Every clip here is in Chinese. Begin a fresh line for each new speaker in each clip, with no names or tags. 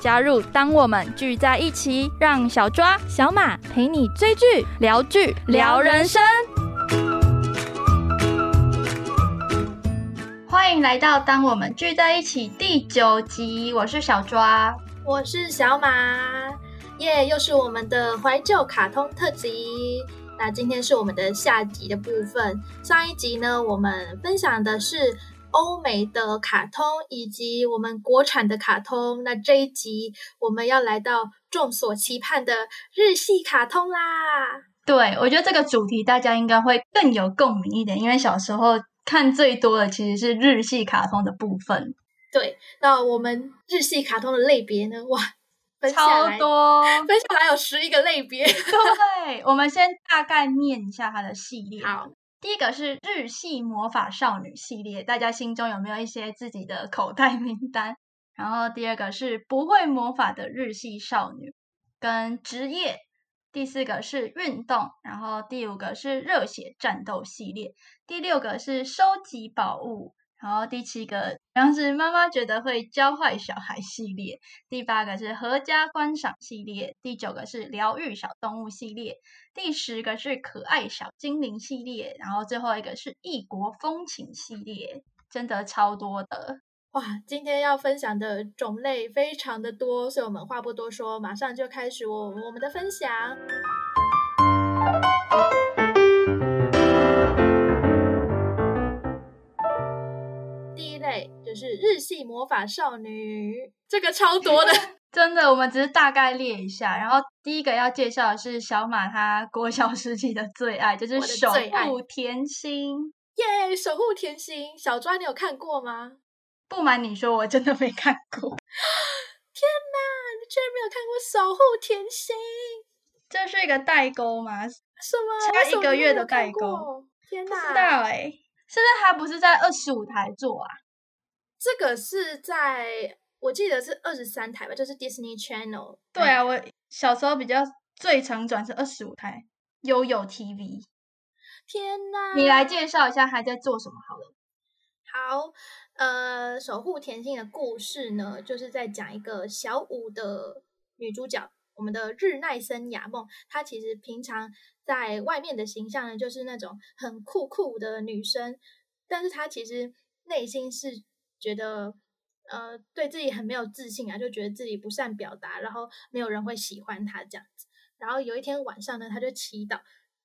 加入，当我们聚在一起，让小抓、小马陪你追剧、聊剧、聊人生。
欢迎来到《当我们聚在一起》第九集，我是小抓。
我是小马，耶、又是我们的怀旧卡通特辑。那今天是我们的下集的部分。上一集呢，我们分享的是欧美的卡通以及我们国产的卡通。那这一集我们要来到众所期盼的日系卡通啦。
对我觉得这个主题大家应该会更有共鸣一点，因为小时候看最多的其实是日系卡通的部分，
对，那我们日系卡通的类别呢？哇，分下
超
来，
多。
分下来有十一个类别。
对，我们先大概念一下它的系列。
好，
第一个是日系魔法少女系列，大家心中有没有一些自己的口袋名单？然后第二个是不会魔法的日系少女跟职业，第四个是运动，然后第五个是热血战斗系列，第六个是收集宝物，然后第七个像是妈妈觉得会教坏小孩系列，第八个是合家观赏系列，第九个是疗愈小动物系列，第十个是可爱小精灵系列，然后最后一个是异国风情系列，真的超多的。
哇，今天要分享的种类非常的多，所以我们话不多说，马上就开始我我们的分享。第一类就是日系魔法少女，这个超多 的，
真的，我们只是大概列一下。然后第一个要介绍的是小马他国小时期的最爱，就是
我的
守
最爱
护甜心。
耶！守护甜心，小抓你有看过吗？
不瞒你说，我真的没看过。
天哪，你居然没有看过守护甜心？
这是一个代沟吗？
什么？
差
为什
一
么
个
你
月
没有
的
看
代沟
过？天
不
哪！
知道哎、是不是他不是在二十五台做啊？
这个是在我记得是二十三台吧，就是 Disney Channel。哎
对，啊，我小时候比较最常转是二十五台悠悠 TV。
天哪！
你来介绍一下他在做什么好了。
好，呃，守护甜心的故事呢，就是在讲一个小五的女主角，我们的日奈森雅梦。她其实平常在外面的形象呢，就是那种很酷酷的女生，但是她其实内心是觉得，呃，对自己很没有自信啊，就觉得自己不善表达，然后没有人会喜欢她这样子。然后有一天晚上呢，她就祈祷，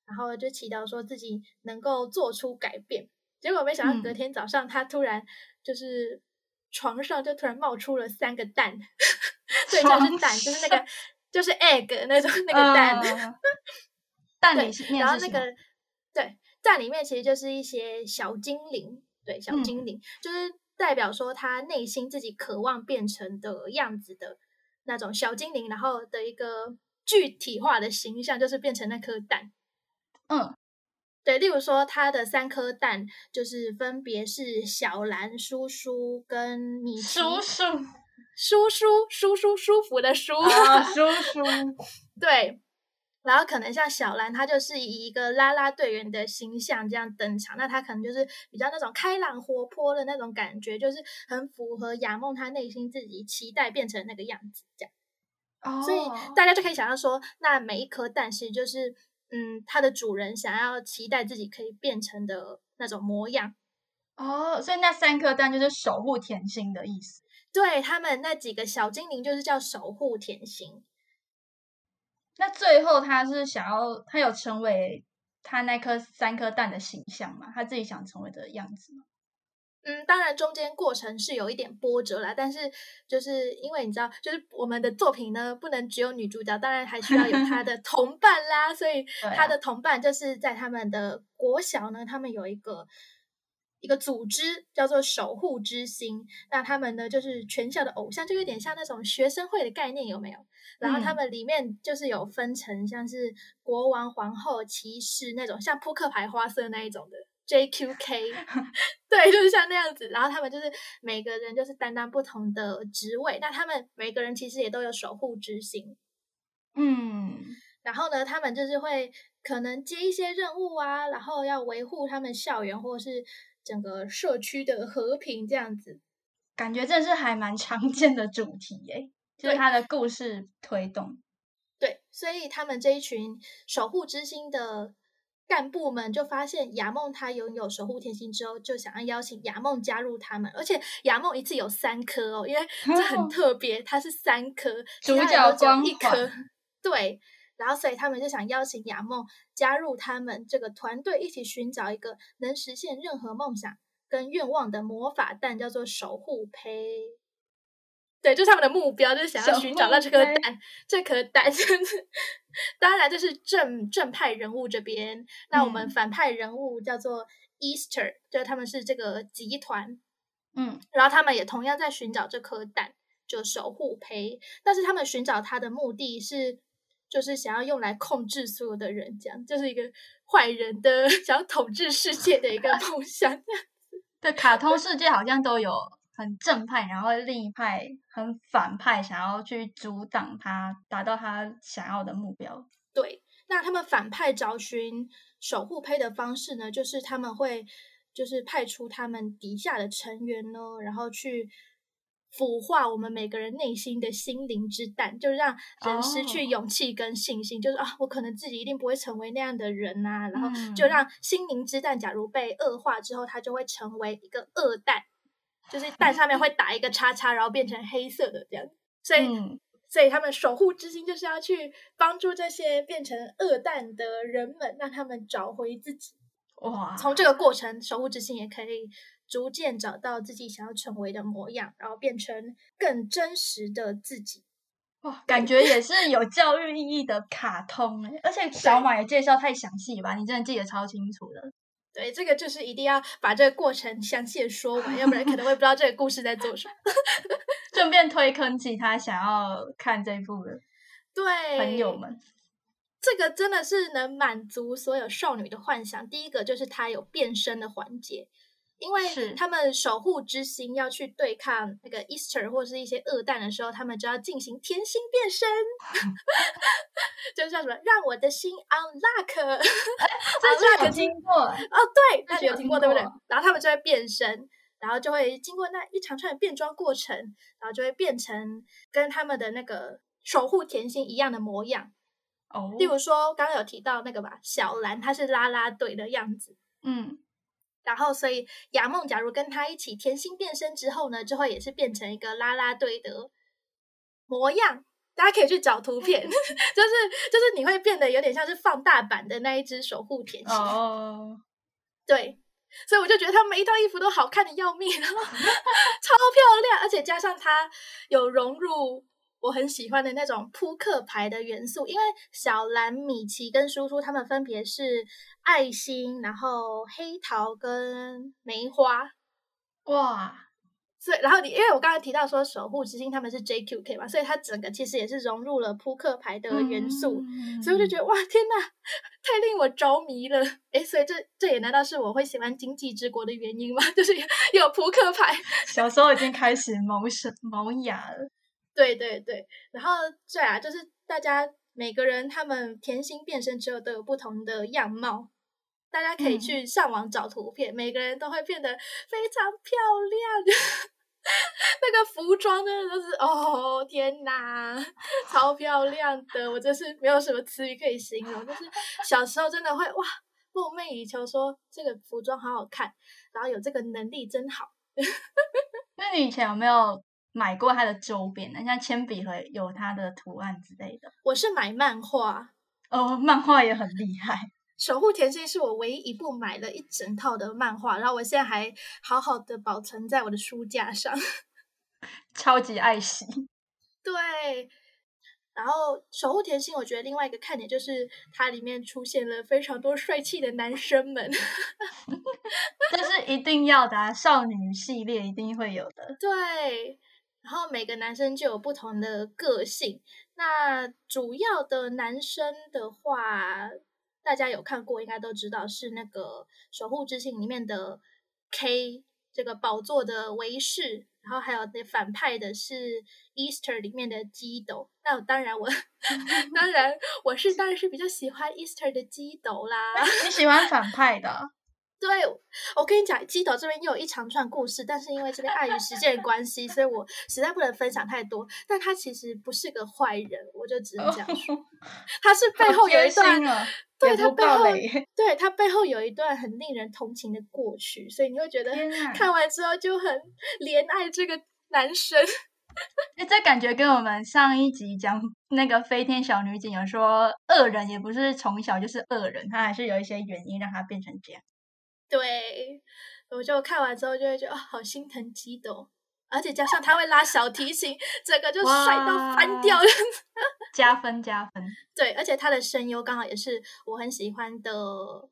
然后就祈祷说自己能够做出改变。结果没想到
嗯
隔天早上，她突然就是床上就突然冒出了三个蛋， 对，就是
床
蛋，就是那个就是 egg 那种那个蛋。
嗯蛋
对
里是，面
然后
是
那
什么？
个对蛋里面其实就是一些小精灵，对小
嗯
精灵、就是代表说他内心自己渴望变成的样子的那种小精灵，然后的一个具体化的形象就是变成那颗蛋。
嗯，
对，例如说它的三颗蛋就是分别是小兰叔叔跟米奇
叔叔
叔叔叔叔舒服的舒。
啊，叔叔，
对，然后可能像小兰，她就是以一个啦啦队员的形象这样登场，那她可能就是比较那种开朗活泼的那种感觉，就是很符合雅梦她内心自己期待变成那个样子这样。
哦，
所以大家就可以想象说，那每一颗蛋其实就是，嗯，它的主人想要期待自己可以变成的那种模样。
哦，所以那三颗蛋就是守护甜心的意思。
对他们那几个小精灵就是叫守护甜心，
那最后他是想要，他有成为他那颗三颗蛋的形象吗？他自己想成为的样子吗？
嗯，当然中间过程是有一点波折啦，但是就是因为你知道，就是我们的作品呢，不能只有女主角，当然还需要有她 的同伴啦。所以
对
她
啊
的同伴就是在他们的国小呢，他们有一个一个组织叫做守护之星，那他们呢就是全校的偶像，就有点像那种学生会的概念，有没有？然后他
嗯
们里面就是有分成，像是国王、皇后、骑士那种，像扑克牌花色那一种的 JQK，对，就是像那样子。然后他们就是每个人就是担当不同的职位，那他们每个人其实也都有守护之心，
嗯，
然后呢，他们就是会可能接一些任务啊，然后要维护他们校园或是整个社区的和平这样子。
感觉这是还蛮常见的主题耶，就
对
是它的故事推动。
对，所以他们这一群守护之星的干部们就发现雅梦她拥有守护天星之后，就想要邀请雅梦加入他们，而且雅梦一次有三颗哦，因为这很
哦
特别，它是三颗，其
主
他人
角
都只有
光
一颗
环，
对。然后，所以他们就想邀请雅梦加入他们这个团队，一起寻找一个能实现任何梦想跟愿望的魔法蛋，叫做守护胚。对，就是他们的目标，就是想要
守
寻找
护
到这颗
胚
蛋，这颗蛋。就是当然，这是正正派人物这边，那我们
嗯
反派人物叫做 Easter，、就是他们是这个集团，
嗯，
然后他们也同样在寻找这颗蛋，就守护胚。但是他们寻找它的目的是，就是想要用来控制所有的人，这样就是一个坏人的 想要统治世界的一个梦想。
对，卡通世界好像都有很正派，然后另一派很反派，想要去阻挡他，达到他想要的目标。
对，那他们反派找寻守护胚的方式呢，就是他们会就是派出他们底下的成员呢，然后去腐化我们每个人内心的心灵之蛋，就让人失去
哦
勇气跟信心，就是啊，我可能自己一定不会成为那样的人呐、然后就
嗯
让心灵之蛋，假如被恶化之后，它就会成为一个恶蛋，就是蛋上面会打一个叉叉，然后变成黑色的这样。所以
嗯，
所以他们守护之星就是要去帮助这些变成恶蛋的人们，让他们找回自己。
哇，
从这个过程，守护之星也可以逐渐找到自己想要成为的模样，然后变成更真实的自己。
哇，感觉也是有教育意义的卡通哎，而且小马也介绍太详细吧，你真的记得超清楚的。
对，这个就是一定要把这个过程详细的说完，要不然可能会不知道这个故事在做什么。
顺便推坑其他想要看这部的
对，
朋友们，
这个真的是能满足所有少女的幻想。第一个就是它有变身的环节，因为
是
他们守护之星要去对抗那个 Easter 或是一些恶蛋的时候，他们就要进行甜心变身， 就是叫什么让我的心
哎
unlock。
这句有听过哎，
哦，对，
这
那
是
你有
有
听
听
过对不对
过？
然后他们就会变身，然后就会经过那一长串的变装过程，然后就会变成跟他们的那个守护甜心一样的模样。
哦，
例如说，刚刚有提到那个吧，小兰她是啦啦队的样子，
嗯，
然后所以雅梦假如跟她一起甜心变身之后呢，就会也是变成一个啦啦队的模样。大家可以去找图片， 就是就是你会变得有点像是放大版的那一只守护甜心，
哦，
对，所以我就觉得他每一套衣服都好看的要命，然后 超漂亮，而且加上它有融入我很喜欢的那种扑克牌的元素，因为小兰、米奇跟叔叔他们分别是爱心，然后黑桃跟梅花。
哇，
所以，然后你因为我刚才提到说守护之星他们是 JQK 嘛，所以它整个其实也是融入了扑克牌的元
嗯
素，所以我就觉得哇，天呐，太令我着迷了！诶，所以这这也难道是我会喜欢《经济之国》的原因吗？ 就是有有扑克牌，
得小时候已经开始萌生萌芽了。
对对对。然后对啊，就是大家每个人他们甜心变身之后都有不同的样貌，大家可以
嗯
去上网找图片，每个人都会变得非常漂亮。 那个服装真的都是哦，天哪，超漂亮的！我真是没有什么词语可以形容，就是小时候真的会哇，梦寐以求说这个服装好好看，然后有这个能力真好。
那你以前有没有买过它的周边呢？像铅笔盒有它的图案之类的。
我是买漫画，
哦，漫画也很厉害。
守护甜心是我唯一一部买了一整套的漫画，然后我现在还好好的保存在我的书架上。
超级爱惜。
对，然后《守护甜心》，我觉得另外一个看点就是它里面出现了非常多帅气的男生们。
这是一定要的、啊，少女系列一定会有的。
对，然后每个男生就有不同的个性。那主要的男生的话，大家有看过应该都知道是那个《守护之心》里面的 K 这个宝座的维士，然后还有那反派的是 Easter 里面的基斗。那当然我， 当然我是当然是比较喜欢 Easter 的基斗啦。
你喜欢反派的哦？
对，我跟你讲，基斗这边又有一长串故事，但是因为这边碍于时间的关系，所以我实在不能分享太多。但他其实不是个坏人，我就只能这样
哦
说。他是背后有一段，
啊，
对
也
他
不
背
爆
后，
雷
对他背后有一段很令人同情的过去，所以你会觉得
天啊
看完之后就很怜爱这个男生。
那这感觉跟我们上一集讲那个飞天小女警有说，恶人也不是从小就是恶人，他还是有一些原因让他变成这样。
对，我就看完之后就会觉得哦，好心疼基斗，而且加上他会拉小提琴，整个就帅到翻
哇
掉。
加分加分，
对，而且他的声优刚好也是我很喜欢的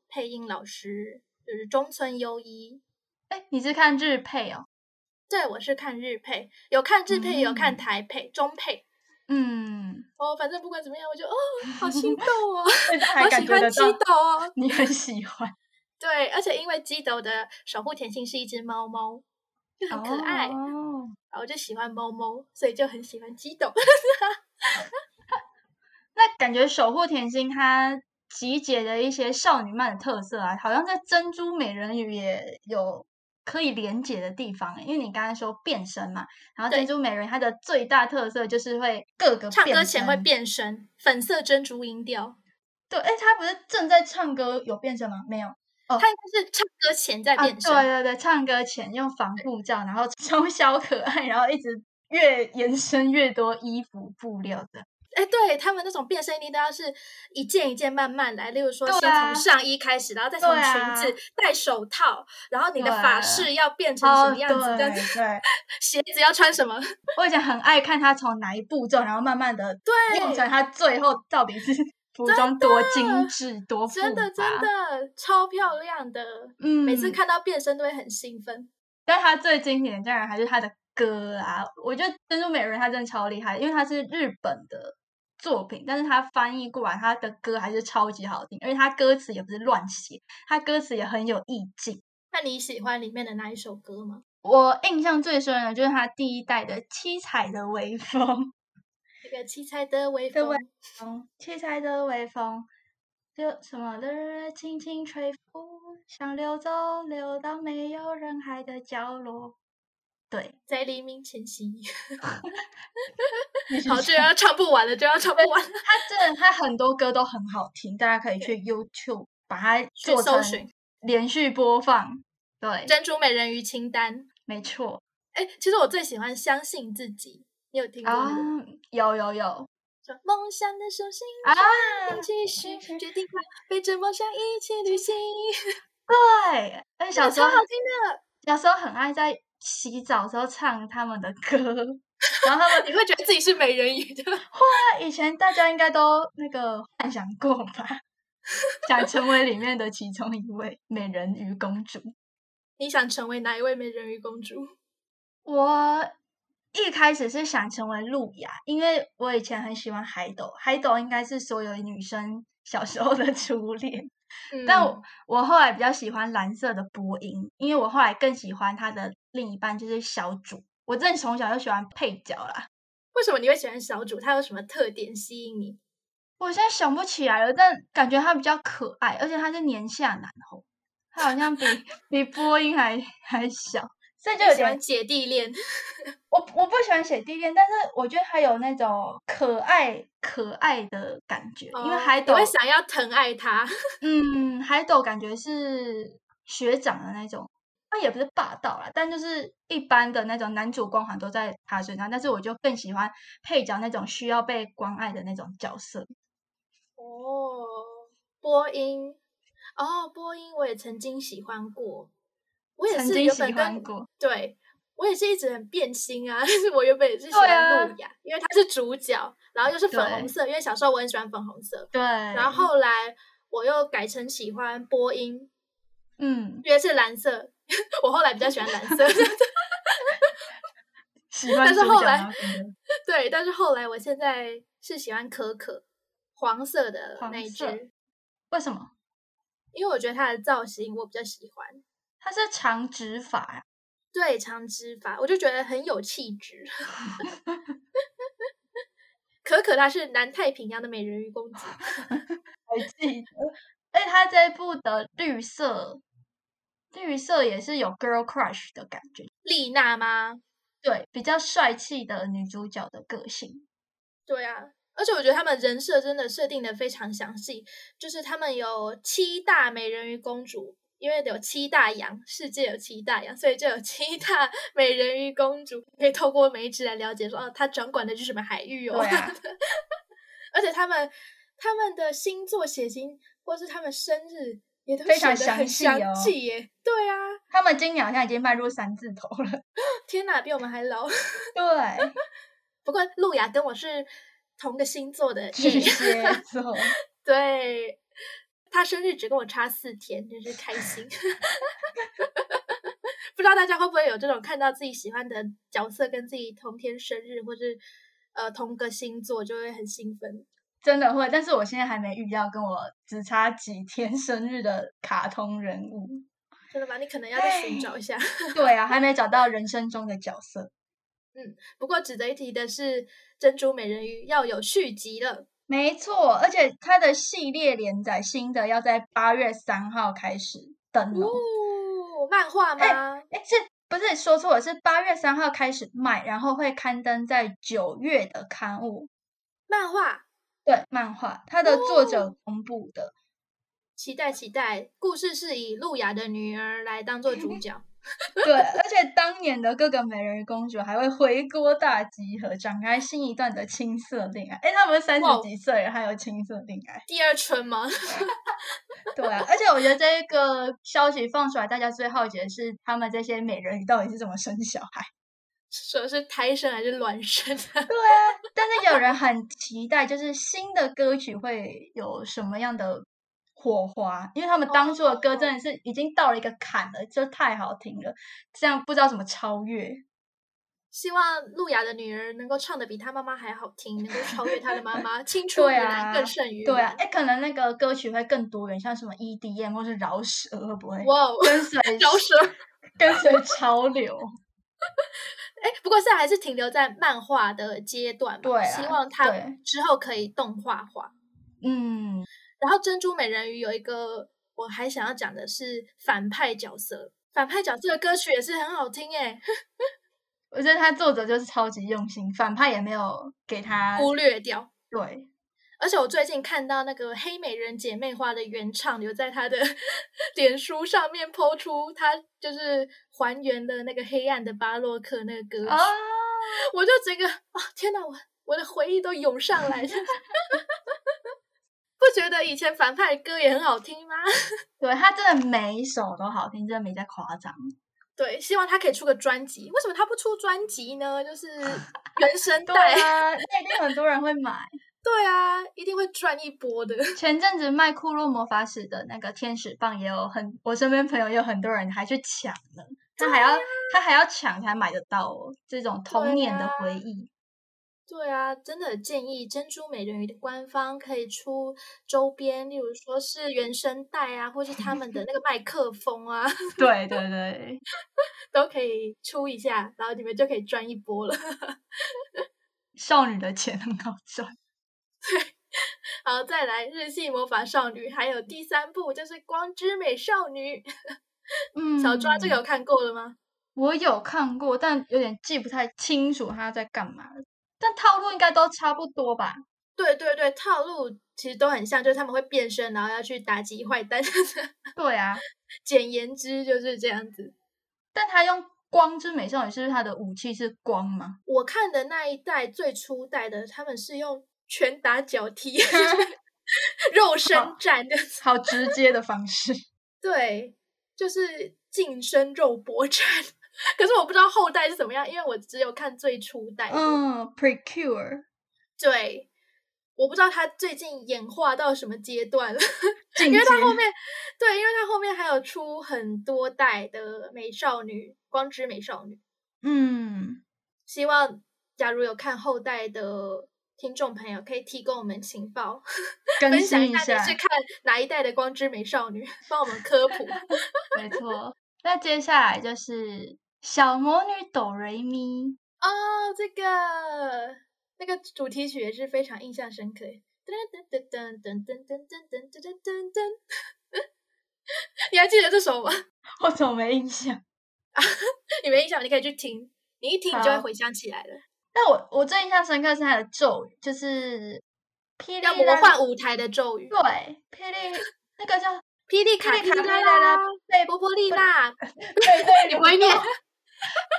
配音老师，就是中村优一。
哎，你是看日配哦？
对，我是看日配，有看日配，也有看
嗯
台配、中配。
嗯，
哦，反正不管怎么样，我就哦，好心动 哦，
还
好
感
喜
觉
欢
得
基
到
斗哦。
你很喜欢，
对，而且因为基斗的守护甜心是一只猫猫，就很可爱，
哦
然后我就喜欢猫猫，所以就很喜欢基斗。
那感觉《守护甜心》它集结了一些少女漫的特色啊，好像在《珍珠美人鱼》也有可以连结的地方欸、因为你刚才说变身嘛，然后《
对
珍珠美人鱼》它的最大特色就是会各个
唱歌
变
前会
身，
变身，粉色珍珠音调，
对，哎，他不是正在唱歌有变身吗？没有。哦
他应该是唱歌前在
啊，
变身。
对对对，唱歌前用防护罩，然后 超小可爱，然后一直越延伸越多衣服布料的。
哎，对他们那种变身一定都要是一件一件慢慢来，例如说
对
先
啊
从上衣开始，然后再从
对啊
裙子、戴手套，然后你的
对哦
发饰要变成什么样子，但是
对，
鞋子要穿什么，
我以前很爱看他从哪一步骤，然后慢慢的
对，
用成他最后到底是 服装多精致、多复杂
真的真，的超漂亮的。
嗯，
每次，看到变身都会很兴奋，
但他最经典的当然还是他的歌啊。我觉得《珍珠美人》他真的超厉害，因为他是日本的作品，但是他翻译过来，他的歌还是超级好听，而且他歌词也不是乱写，他歌词也很有意境。
那你喜欢里面的哪一首歌吗？
我印象最深的就是他第一代的《七彩的微风》。
那个七彩的微
的
风
微，风，七彩的微风，就什么的轻轻吹拂，想溜走，溜到没有人海的角落。对，
在黎明前夕。
嗯你是
好，
这
这个要唱不完了，这个要唱不完了。
他啊真的他很多歌都很好听，大家可以去 YouTube 把它做
搜
成
寻
连续播放。对，
珍珠美人鱼清单，
没错
哎，其实我最喜欢相信自己，你有听过
啊
那个？，
有有有
说梦想的手心
啊，
请继续，决定吧，背着梦想一起旅 行。
对，而且小
那
时
超
候
好听
小时候很爱在洗澡的时候唱他们的歌， 然后他们
的，你会觉得自己是美人鱼 的。
以前大家应该都那个幻想过吧，想成为里面的其中一位美人鱼公主。
你想成为哪一位美人鱼公主？
我一开始是想成为路亚，因为我以前很喜欢海斗，海斗应该是所有女生小时候的初恋。但我我后来比较喜欢蓝色的波音，因为我后来更喜欢他的另一半就是小主。我真的从小就喜欢配角啦，
为什么你会喜欢小主？他有什么特点吸引你？
我现在想不起来了，但感觉他比较可爱，而且他是年下男后，他好 像比比波音还还小，所以就
你
有
喜欢
点
姐弟恋，
我我不喜欢写地恋，但是我觉得他有那种可爱可爱的感觉，因为
哦
海
你
斗
会想要疼爱 他。
嗯海斗感觉是学长的那种，他也不是霸道啦，但就是一般的那种男主光环都在他身上，但是我就更喜欢配角那种需要被关爱的那种角色。
哦，播音，哦，播音，我也曾经喜欢过，我也
曾
是
经
原
喜
本
欢
跟
过，
对我也是一直很变心啊， 就是我原本也是喜
啊
欢路亚，因为他是主角，然后又是粉红色，因为小时候我很喜欢粉红色，
对，
然
然
后后来我又改成喜欢波音，
嗯，
因为是蓝色， 我后来比较喜欢蓝 色，
喜欢
但是
主
后
角啊
来
然后变成
对，但是后来我现在是喜欢可可，黄色的
黄
那一
色
只，
为什么？
因为我觉得它的造型我比较喜欢，
它是长直发呀、
对长直发，我就觉得很有气 质。可可它是南太平洋的美人鱼公主，
还记得。 而且他这一部的绿色，绿色也是有 girl crush 的感觉，
丽娜吗？
对，比较帅气的女主角的个性，
对啊，而且我觉得他们人设真的设定的非常详细，就是他们有七大美人鱼公主，因为有七大洋，世界有七大洋，所以就有七大 美人鱼公主，可以透过每一只来了解说，哦，她掌管的是什么海域哦。
对啊
而且他们他们的星座、血型或是他们生日也都
非常
写得很
详细
详
哦
细耶。对啊，
他们今年好像已经迈入三字头了。
天哪，比我们还老。
对，
不过路雅跟我是同个星座 的
巨
A
蟹座，
对，他生日只跟我差四天，真是开心。 不知道大家会不会有这种看到自己喜欢的角色跟自己同天生日，或是呃同个星座，就会很兴奋。
真的会。但是我现在还没遇到跟我只差几天生日的卡通人物。
真的吗？你可能要再寻找一下。
对啊，还没找到人生中的角色。
不过值得一提的是，《珍珠美人鱼》要有续集了。
没错，而且它的系列连载新的要在八月三号开始登哦。
哦，漫画
哎
吗？
哎，是不是说错了？是八月三号开始卖，然后会刊登在九月的刊物。
漫画，
对，漫画，它的作者公布的。
期待期待。故事是以路亚的女儿来当做主角。
对，而且当年的各个美人鱼公主还会回锅大集合，展开新一段的青涩恋爱。哎，他们三十
哇
几岁了还有青涩恋爱？
第二春吗？
对啊，而且我觉得这个消息放出来，大家最好奇的是他们这些美人鱼到底是怎么生小孩。
说是胎生还是卵生？啊
但是有人很期待，就是新的歌曲会有什么样的火花，因为
哦
他们当初的歌真的是已经到了一个坎了，就太好听了，这样不知道怎么超越。
希望路雅的女儿能够唱的比她妈妈还好听，能够超越她的妈 妈，青出于
对
蓝
啊，
更胜于
对啊，
蓝
哎，可能那个歌曲会更多元，像什么 EDM 或是饶舌，会不会
哇哦，
跟随
饶舌！
跟随潮流？
哎，不过现在还是停留在漫画的阶段嘛，
对啊
希望她
对
之后可以动画化。
嗯，
然后珍珠美人鱼有一个我还想要讲的是反派角色，反派角色的歌曲也是很好听哎，
我觉得他作者就是超级用心，反派也没有给他
忽略掉。
对。
而且我最近看到那个《黑美人姐妹花》的原唱有在她的 脸书上面抛出，她就是还原的那个黑暗的巴洛克那个歌曲，
啊，
我就整个哦天哪，我我的回忆都涌上来了。 不觉得以前反派歌也很好听吗？
对他真的每一首都好听，真的没在夸张。
对，希望他可以出个专辑。为什么他不出专辑呢？就是原声
对
带，
啊，那一定很多人会买。
对啊，一定会赚一波的。
前阵子卖库洛魔法使的那个天使棒，也有很我身边朋友也有很多人还去抢呢，他还要、
啊
他还要抢才买得到哦，这种童年
啊
的回 忆。
对啊，真的建议珍珠美人鱼的官方可以出周边，例如说是原声带啊，或是他们的那个麦克风啊，
对对对，
都可以出一下，然后你们就可以赚一波了。
少女的钱很好赚。
好，再来日系魔法少女，还有第三部就是光之美少女。
嗯
小抓这个有看过了吗？
我有看过，但有点记不太清楚他在干嘛了，但套路应该都差不多吧。
对对对，套路其实都很像，就是他们会变身，然后要去打击坏蛋。
对啊，
简言之就是这样子。
但他用光之美少女是不是他的武器是光吗？
我看的那一代最初代的，他们是用拳打脚 踢、肉身战的，
好直接的方式。
对，就是近身肉搏战。可是我不知道后代是怎么样，因为我只有看最初代的。
嗯，precure
对，我不知道他最近演化到什么阶段了，
进
因为他
阶
后面对，因为他后面还有出很多代的美少女，光之美少女。
嗯，
希望假如有看后代的听众朋友，可以提供我们情报，
更
分享
新
一
一
下
下
你， 是看哪一代的光之美少女，帮我们科普。
没错。那接下来就是小魔女哆瑞咪，
哦，这个那个主题曲也是非常印象深刻。噔噔噔噔噔噔噔噔噔噔噔噔噔， 你还记得这首吗？
我怎么没印象？
你没印象，你可以去听，你一听你就会
好
回想起来了。
但我我最印象深刻是它的咒语，就是霹雳
要魔
啦
幻舞台的咒语，
对，霹雳那个叫
霹雳
霹
卡
雳
霹
卡
雳
霹雳
啦
啦，贝
波波利娜，
贝贝
你
鲁
不会念
多，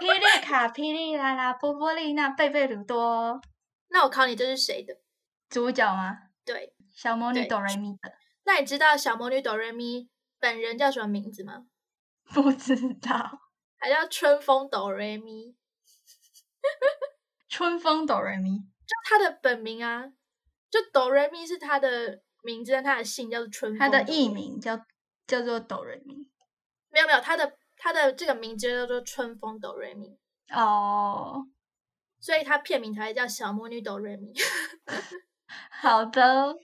霹雳卡霹雳啦啦波波丽娜贝贝鲁多
那我考你，这是谁的？
主角吗？
对，
小魔女
对
哆瑞咪的，
那你知道小魔女哆瑞咪本人叫什么名字吗？
不知道
还叫春风哆瑞咪，
春风哆瑞咪，
就她的本名啊，就哆瑞咪是她的名字，但她的姓叫做春风。
它的艺名叫叫做哆瑞咪
没有没有，她的她的这个名字叫做春风哆瑞咪，
哦。
所以她片名才会叫小魔女哆瑞咪。
好的，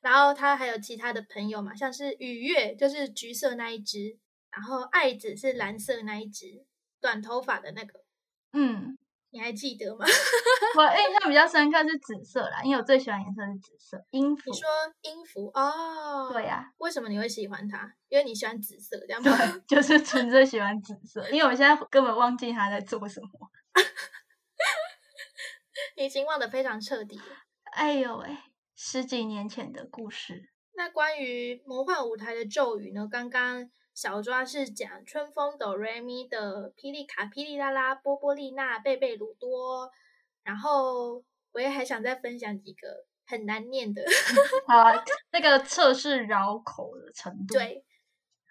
然后他还有其他的朋友嘛，像是雨月就是橘色那一只，然后爱子是蓝色那一只，短头发的那个，
嗯，
你还记得吗？
我印象比较深刻是紫色啦，因为我最喜欢颜色是紫色，音符
你。说音符哦，
对、啊呀、
为什么你会喜欢它？因为你喜欢紫色，这样吗？
对， 就是纯粹喜欢紫色，因为我现在根本忘记他在做什么。
你已经忘得非常彻底了。
哎呦喂，十几年前的故事，
那关于魔幻舞台的咒语呢？刚刚小抓是讲春风哆瑞咪的霹雳卡霹雳啦啦波波丽娜贝贝鲁多，然后我也还想再分享几个很难念的。
好啊，那个测试绕口的程度，，
对，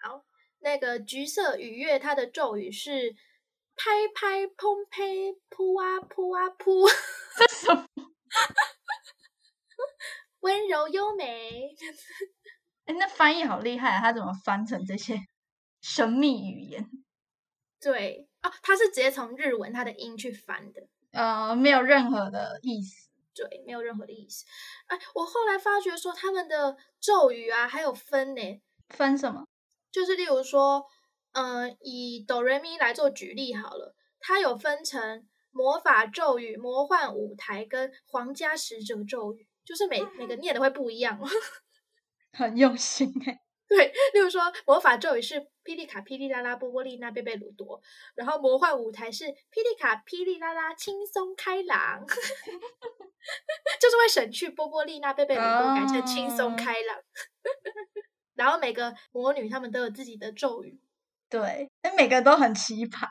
好，那个橘色雨月，它的咒语是拍拍砰呸扑啊扑啊扑，
这是 什么？
温柔优美。
哎，那翻译好厉害啊！他怎么翻成这些 神秘语言？
对哦，它是直接从日文它的音去翻的，
呃，没有任何的意思。
对，没有任何的意思。哎，我后来发觉说他们的咒语啊，还有分呢，
分什么？
就是例如说，嗯、以哆瑞咪来做举例好了，它有分成魔法咒语、魔幻舞台跟皇家使者咒语，就是每每个念的会不一样哦。
很用心哎、
对，例如说魔法咒语是霹雳卡霹雳啦啦波波丽娜贝贝鲁多，然后魔幻舞台是霹雳卡霹雳啦啦轻松开朗， 就是会省去波波丽娜贝贝鲁多，改成轻松
哦
开朗。 然后每个魔女她们都有自己的咒语，
对，哎，每个都很奇葩。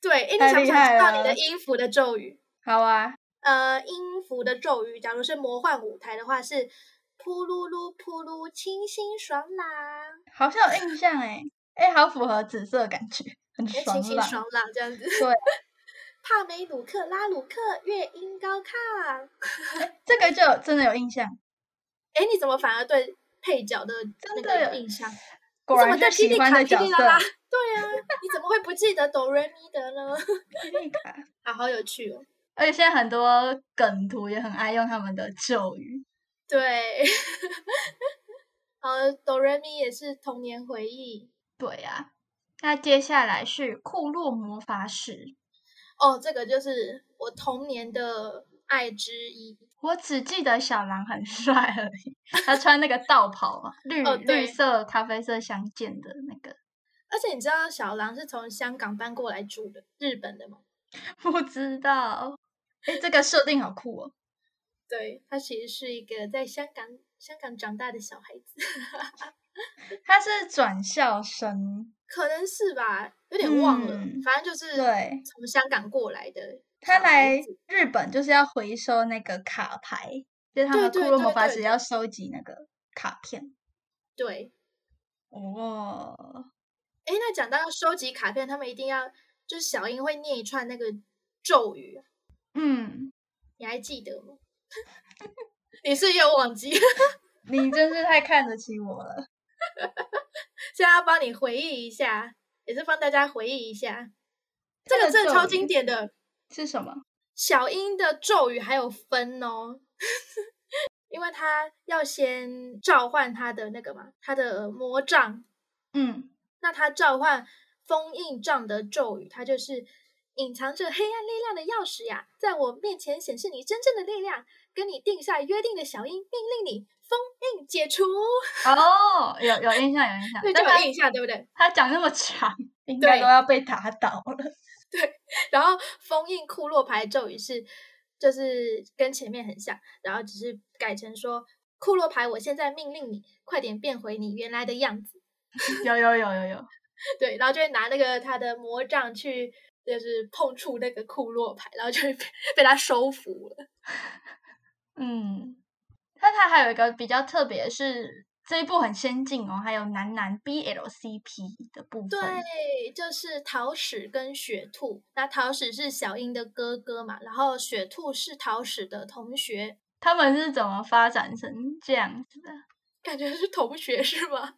对，诶，你
太
想不
厉
想知
害
道你的
了
音符的咒语？
好啊，
呃，音符的咒语，假如是魔幻舞台的话是扑噜噜扑噜，清新爽朗。
好像有印象哎、哎，好符合紫色的感觉，很
哎清
爽
新
朗。
爽朗这样子。
对，
帕梅鲁克拉鲁克乐音高亢。
这个就有真的有印象，
哎，你怎么反而对配角的那
真
个
的
有印象？你
果
怎么
然
对
是
霹雳
喜欢
卡
的
霹
角
雳
色。
啦啦。对啊，你怎么会不记得哆瑞咪的呢？
霹雳卡，
啊，好有趣哦。
而且现在很多梗图也很爱用他们的咒语。
对， 呃，哆瑞咪也是童年回忆。
对啊，那接下来是库洛魔法使，
哦，这个就是我童年的爱之一。
我只记得小狼很帅而已，他穿那个道袍嘛，绿、
哦对
绿色、咖啡色相间的那个，
而且你知道小狼是从香港搬过来住的，日本的吗？
不知道。哎，这个设定好酷哦！
对，他其实是一个在香港香港长大的小孩子，
他是转校生，
可能是吧，有点忘了，
嗯
反正就是
对
从香港过来的。
他
小孩
来
子
日本就是要回收那个卡牌，就是他们
对对
库洛
对
魔法
对
使
对
要收集那个卡片。
对，
哦，
哎，那讲到要收集卡片，他们一定要就是小樱会念一串那个咒语，
嗯，
你还记得吗？ 你是不是又忘记？
你真是太看得起我了。
现在要帮你回忆一下，也是帮大家回忆一下，这
它
个
的
真的超
咒语
经典的。
是什么？
小樱的咒语还有分哦， 因为他要先召唤他的那个嘛，他的魔杖，
嗯，
那他召唤封印杖的咒语，它就是隐藏着黑暗力量的钥匙呀，在我面前显示你真正的力量，跟你定下约定的小樱命令你封印解除，
哦，有有印象，有印象
对，。就
但他
有印象对不对？
他讲那么长，应该
对
都要被打倒了。
然后封印库洛牌咒语是，就是跟前面很像，然后只是改成说库洛牌，我现在命令你快点变回你原来的样子。
有有有有有，
对，然后就会拿那个他的魔杖去，就是碰触那个库洛牌，然后就会被被他收服了。
嗯，但它还有一个比较特别的是。这一部很先进哦，还有男男 BLCP 的部分。
对，就是桃矢跟雪兔，那桃矢是小樱的哥哥嘛，然后雪兔是桃矢的同学，
他们是怎么发展成这样子的？
感觉是同学是吗？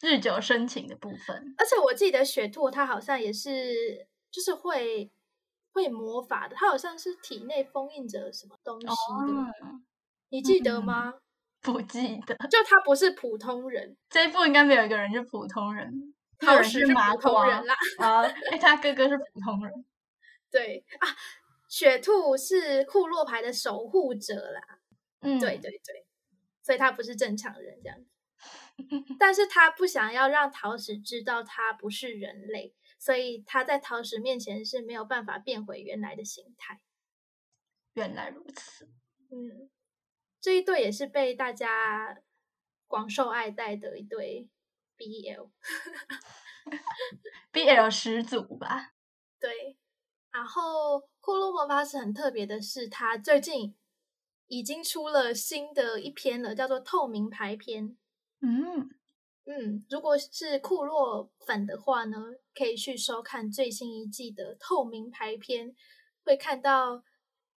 日久生情的部分，
而且我记得雪兔它好像也是，就是会会魔法的，它好像是体内封印着什么东西的，
哦
你记得
嗯
吗？
不记得。
就它不是普通人，
这一部应该没有一个人是普通人，
桃
人
矢
是
是
麻
普通
瓜
人啦。
啊！哎，他哥哥是普通人，
对啊，雪兔是库洛牌的守护者啦。
嗯，
对对对，所以他不是正常人这样 子但是他不想要让桃矢知道他不是人类，所以他在桃矢面前是没有办法变回原来的形态。
原来如此。
嗯，这一对也是被大家广受爱戴的一对 E BL。
BL 始祖吧？
对，然后《库洛魔法使》很特别的是，它最近已经出了新的一篇了，叫做《透明牌篇》。
嗯，
嗯，如果是库洛粉的话呢，可以去收看最新一季的《透明牌篇》，会看到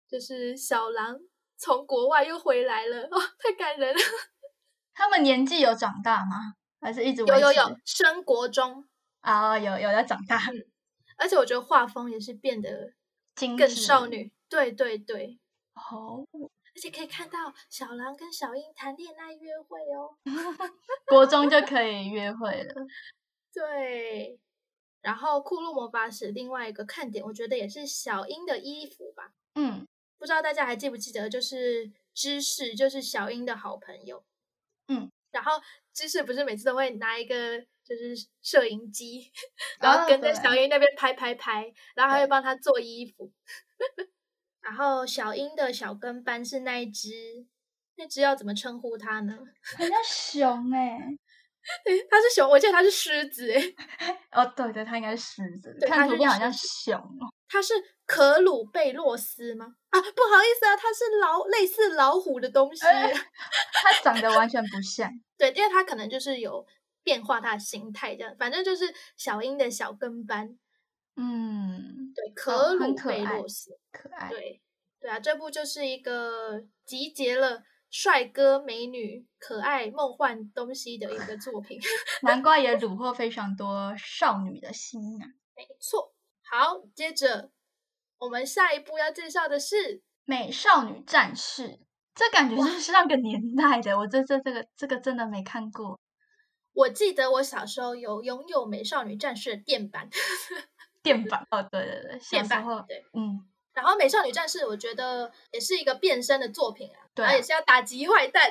就是小狼从国外又回来了，哦，太感人了！
他们年纪有长大吗？还是一直
有有
维持
有，嗯升国中，
啊、有有在长大，
而且我觉得画风也是变得
精
更
致
少女，对对对，
哦。
而且可以看到小狼跟小樱谈恋爱约会哦，
国中就可以约会了，
对。然后库洛魔法使另外一个看点，我觉得也是小樱的衣服吧。
嗯
不知道大家还记不记得，就是芝士，就是小英的好朋友。
嗯，
然后芝士不是每次都会拿一个就是摄影机，然后跟在
哦对
小英那边拍拍拍，然后还会
对
帮她做衣服。 然后小英的小跟班是那一只，那只要怎么称呼它呢？
很像熊哎、
对，它是熊，我记得它是狮子，欸诶，
哦，对对，它应该是狮子，
对它
看图
是
片好像
狮
熊哦，
它是可鲁贝洛斯吗？啊，不好意思啊，它是老类似老虎的东西。
哎它长得完全不像。
对，因为他可能就是有变化他的心态，这样，反正就是小樱的小跟班，
嗯，
对，
哦
可
很
鲁
可
贝
爱
洛斯，
可爱。
对，对啊，这部就是一个集结了帅哥、美女、可爱、梦幻东西的一个作品，
难怪也虏获非常多少女的心啊！
没错。好，接着我们下一步要介绍的是，
美少女战士，这感觉是上个年代的，我这这这个这个真的没看过。
我记得我小时候有拥有美少女战士的电版，
电板哦，对对对，小
嗯电
时
版
候，
对。
嗯，
然后《美少女战士》我觉得也是一个变身的作品啊，
对
然后
啊
也是要打击坏蛋。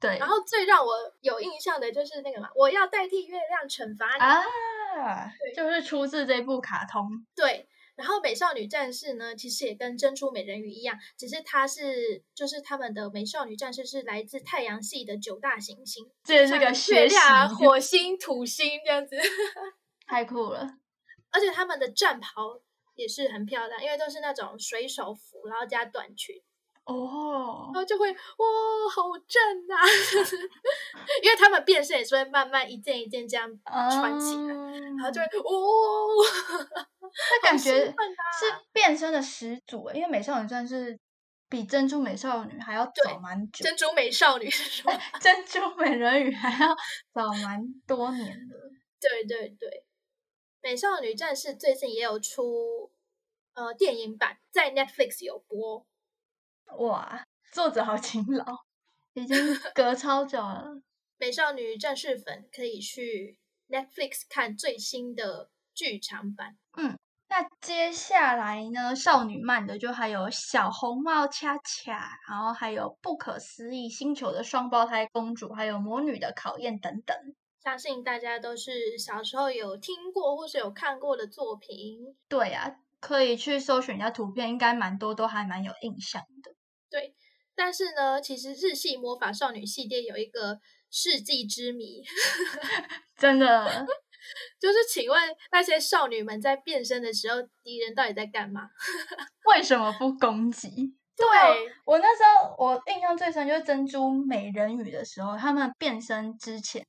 对。
然后最让我有印象的就是那个嘛，我要代替月亮惩罚你。
啊，就是出自这部卡通，
对，然后美少女战士呢，其实也跟珍珠美人鱼一样，只是它是就是他们的美少女战士是来自太阳系的九大行星，
这也是
像
个
月
学习
亮啊、火星、土星这样子。
太酷了。
而且他们的战袍也是很漂亮，因为都是那种水手服，然后加短裙。
哦
然，后就会哇，好正啊！ 因为他们变身也是会慢慢一件一件这样
啊
穿起来，然后就会哦，
那感觉
好兴奋啊
是变身的始祖欸，因为美少女战士比珍珠美少女还要早
对
蛮 久，
珍珠美少女是什么？
珍珠美人鱼还要早蛮多年的。
对对对，美少女战士最近也有出呃电影版，在 Netflix 有播。
哇，作者好勤劳，已经隔超久了。
美少女战士粉可以去 Netflix 看最新的剧场版。
那接下来呢，少女漫的就还有小红帽恰恰，然后还有不可思议星球的双胞胎公主，还有魔女的考验等等。
相信大家都是小时候有听过或是有看过的作品。
对啊，可以去搜寻一下图片，应该蛮多都还蛮有印象的。
但是呢，其实日系魔法少女系列有一个世纪之谜，
真的
就是请问那些少女们在变身的时候，敌人到底在干嘛？
为什么不攻击？对啊我那时候我印象最深就是珍珠美人鱼的时候，他们变身之前，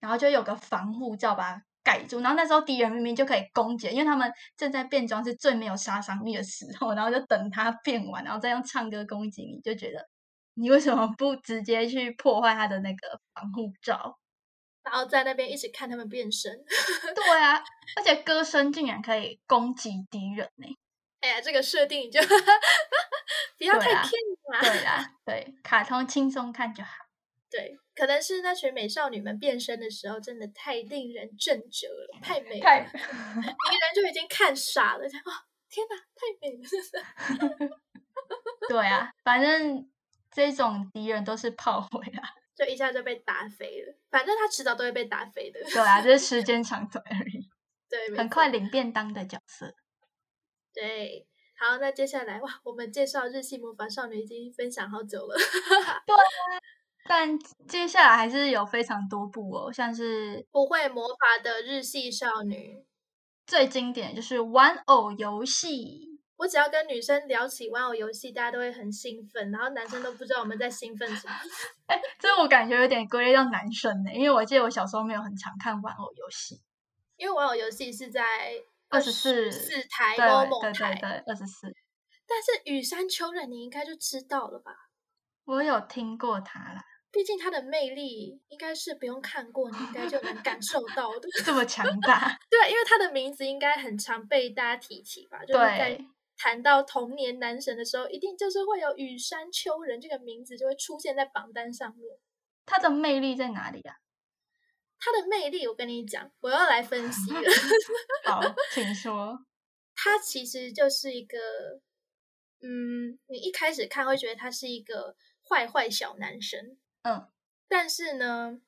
然后就有个防护罩把它盖住，然后那时候敌人明明就可以攻击，因为他们正在变装是最没有杀伤力的时候，然后就等它变完，然后再用唱歌攻击你，就觉得你为什么不直接去破坏它的那个防护罩？
然后在那边一直看他们变身。
对啊，而且歌声竟然可以攻击敌人呢、
哎呀，这个设定你就 不要太
对啊
c 了、
对啦，对，卡通轻松看就好。
对，可能是那群美少女们变身的时候，真的太令人震折了，太美了，
太
敌人就已经看傻了，想啊，天哪，太美了！
对啊，反正这种敌人都是炮灰啊。
就一下就被打飞了，反正他迟早都会被打飞的。
对啊，就是时间长短而已，
对，没
很
错
快。领便当的角色。
对，好，那接下来哇，我们介绍日系魔法少女已经分享好久了。
但接下来还是有非常多部哦，像是
不会魔法的日系少女，
最经典的就是玩偶游戏，
我只要跟女生聊起玩偶游戏，大家都会很兴奋，然后男生都不知道我们在兴奋什么。
这我感觉有点归类到男生呢，因为我记得我小时候没有很常看玩偶游戏。
因为玩偶游戏是在
24
四台
对
欧某
对
台
对，对，二十四，
但是羽山秋人你应该就知道了吧？
我有听过他啦，
毕竟它的魅力应该是不用看过，你应该就能感受到的。
这么强大，
对，因为他的名字应该很常被大家提起吧？ 就是在
对
谈到童年男神的时候，一定就是会有羽山秋人这个名字就会出现在榜单上面。
他的魅力在哪里啊？
他的魅力，我跟你讲，我要来分析了。
好，请说。
他其实就是一个，嗯，你一开始看会觉得他是一个坏坏小男生，
嗯，
但是呢，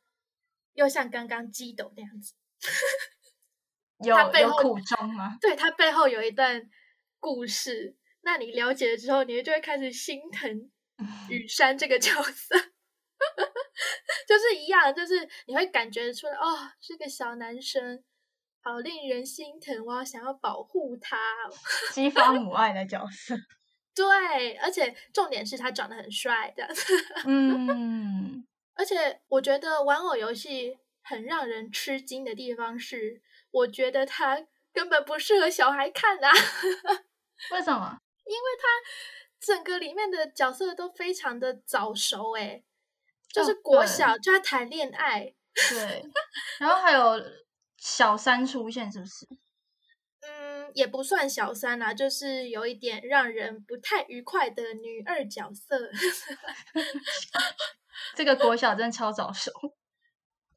又像刚刚基斗那样子，
有
他背
有
后
苦衷吗？
对他背后有一段故事。那你了解了之后，你就会开始心疼雨山这个角色， 就是一样，就是你会感觉出来，哦，是个小男生，好令人心疼，我好想要保护他哦。
激发母爱的角色。
对，而且重点是他长得很帅，这样。
嗯，
而且我觉得玩偶游戏很让人吃惊的地方是，我觉得它根本不适合小孩看啊，
为什么？
因为它 整个里面的角色都非常的早熟、欸，诶，就是
哦
国
对
小就要谈恋爱，
对，然后还有小三出现，是不是？
嗯，也不算小三啦、就是有一点让人不太愉快的女二角色。
这个国小真的超早熟。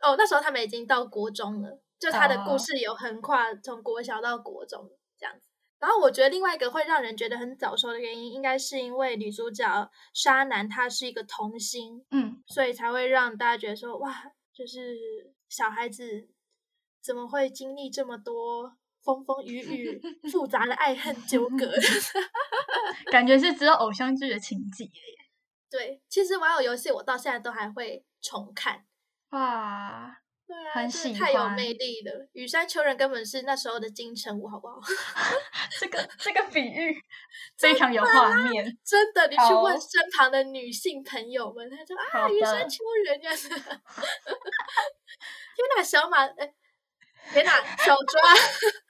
哦，那时候他们已经到国中了，就他的故
哦
事有横跨从国小到国中这样子。然后我觉得另外一个会让人觉得很早熟的原因，应该是因为女主角沙男她是一个童星，
嗯，
所以才会让大家觉得说哇，就是小孩子怎么会经历这么多风风雨雨、复杂的爱恨纠葛？
感觉是只有偶像剧的情节耶。
对，其实玩偶游戏我到现在都还会重看，
哇，
对啊，
很
真的
喜
太有
欢
魅力了。羽山秋人根本是那时候的金城武，好不好？
这个这个比 喻非常有画面，
真的，你去问
好
身旁的女性朋友们，她说啊，
好
羽山
的
秋人这样子。天哪，小马，哎、天哪，小抓，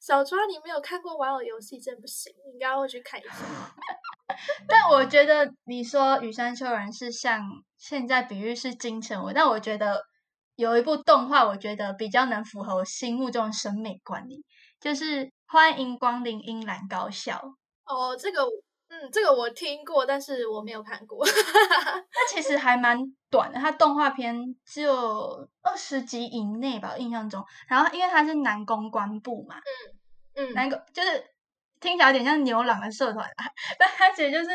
小抓，你没有看过《玩偶游戏》真不行，你应该会去看一下。
但我觉得你说羽山秋人是像现在比喻是金城武，但我觉得有一部动画，我觉得比较能符合我心目中的审美观念，就是《欢迎光临英兰高校》。
哦，这个，嗯，这个我听过，但是我没有看过。
它其实还蛮短的，它动画片只有二十集以内吧，我印象中。然后因为它是南公关部嘛，
嗯，
南宫就是听起来有点像牛郎的社团，啊但它其实就是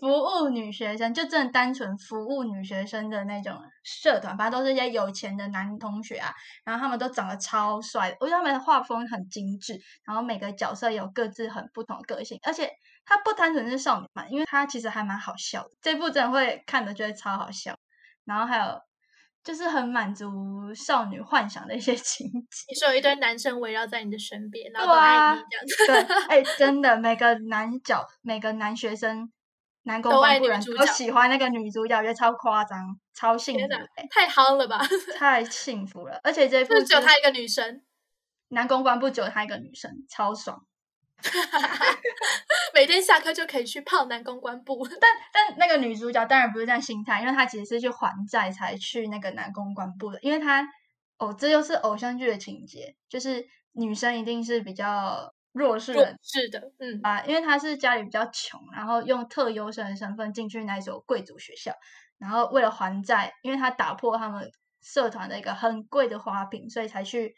服务女学生，就真的单纯服务女学生的那种社团，反正都是一些有钱的男同学啊，然后他们都长得超帅的，我觉得他们的画风很精致，然后每个角色有各自很不同的个性，而且它不单纯是少女漫，因为它其实还蛮好笑的，这部真的会看的觉得超好笑，然后还有。就是很满足少女幻想的一些情节，
你说有一堆男生围绕在你的身边，然后
对
都爱
啊
你这样子。
对， 哎、真的，每个男角，每个男学生，男公
都爱
关部
女
人
主
都
角
喜欢那个女主角，我觉得超夸张，超幸
天
福
哪
的、欸，
太夯了吧！
太幸福了。而且这部
就只有
是
她一个女生，
男公关部只有她一个女生，超爽。
每天下课就可以去泡男公关部。
但那个女主角当然不是这样心态，因为她其实是去还债才去那个男公关部的，因为她哦，这就是偶像剧的情节，就是女生一定是比较弱势
弱
人
智的，嗯，
啊，因为他是家里比较穷，然后用特优生的身份进去那一所贵族学校，然后为了还债，因为他打破他们社团的一个很贵的花瓶，所以才去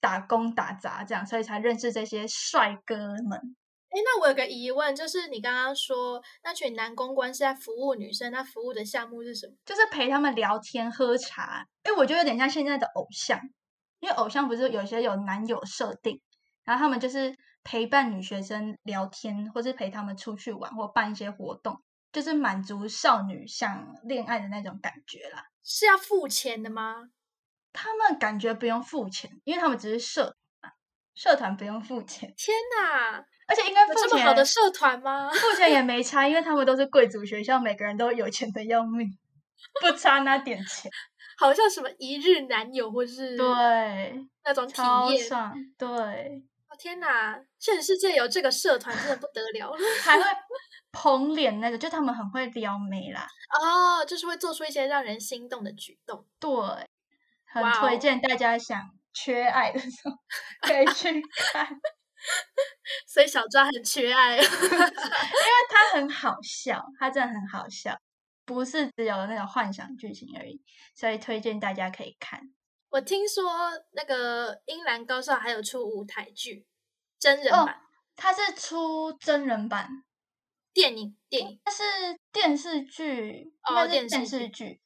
打工打杂，这样，所以才认识这些帅哥们。
哎，那我有个疑问，就是你刚刚说那群男公关是在服务女生，那服务的项目是什么？
就是陪他们聊天喝茶，因为我觉得有点像现在的偶像，因为偶像不是有些有男友设定，然后他们就是陪伴女学生聊天，或是陪他们出去玩，或办一些活动，就是满足少女想恋爱的那种感觉啦。
是要付钱的吗？
他们感觉不用付钱，因为他们只是社团嘛社团不用付钱，
天哪，
而且应该
有
付
这么
钱
好的社团吗？
付钱也没差，因为他们都是贵族学校，每个人都有钱的要命，不差那点钱。
好像什么一日男友或是
对，
那种体
超
验。
爽，对，
哦天哪，现实世界有这个社团真的不得了
还会捧脸那个，就他们很会撩妹啦，
哦，就是会做出一些让人心动的举动。
对，很
哇哦
推荐大家想缺爱的时候 可以去看， 因为
所以小抓很缺爱，
它很好笑，它真的很好笑。不是只有那种幻想剧情而已，所以推荐大家可以看。
我听说那个英兰高校还有出舞台剧，真人
哦
版、
它是出真人版，
电影电影。
它是电视剧，应
哦
该
电视
是电视剧。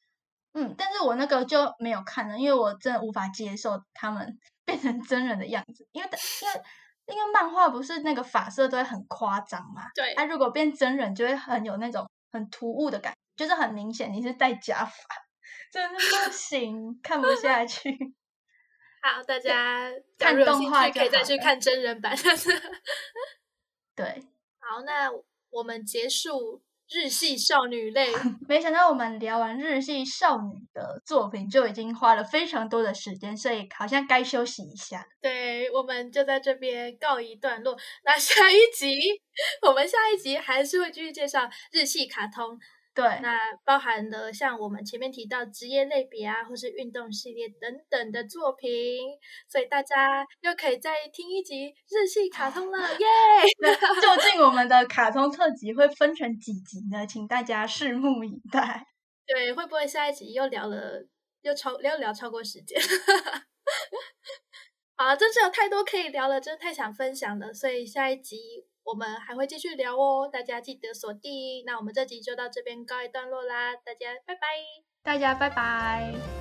嗯，但是我那个就没有看了，因为我真的无法接受他们 变成真人的样子，因为它因为因为漫画不是那个发色都会很夸张嘛，
对，
它、如果变真人就会很有那种很突兀的感觉，就是很明显你是戴假发，真的不行，看不 下去。
好，大家假
看
如有
动
兴
画
趣
就
可以再
好
去
了
看真人版。
对，
好，那我们结束日系少女 类
没想到我们聊完日系少女的作品就已经花了非常多的时间，所以好像该休息一下。
对，我们就在这边告一段落。那下一集，我们下一集还是会继续介绍日系卡通，
对，
那包含的像我们前面提到职业类别啊，或是运动系列等等的作品，所以大家又可以再听一集日系卡通了， 耶！
那 究竟我们的卡通特辑会分成几集呢？请大家拭目以待。
对，会不会下一集又聊了，又超又聊超过时间？ 啊，真是有太多可以聊了，真的太想分享了，所以下一集我们还会继续聊哦，大家记得锁定。那我们这集就到这边告一段落啦，大家拜拜。
大家拜拜。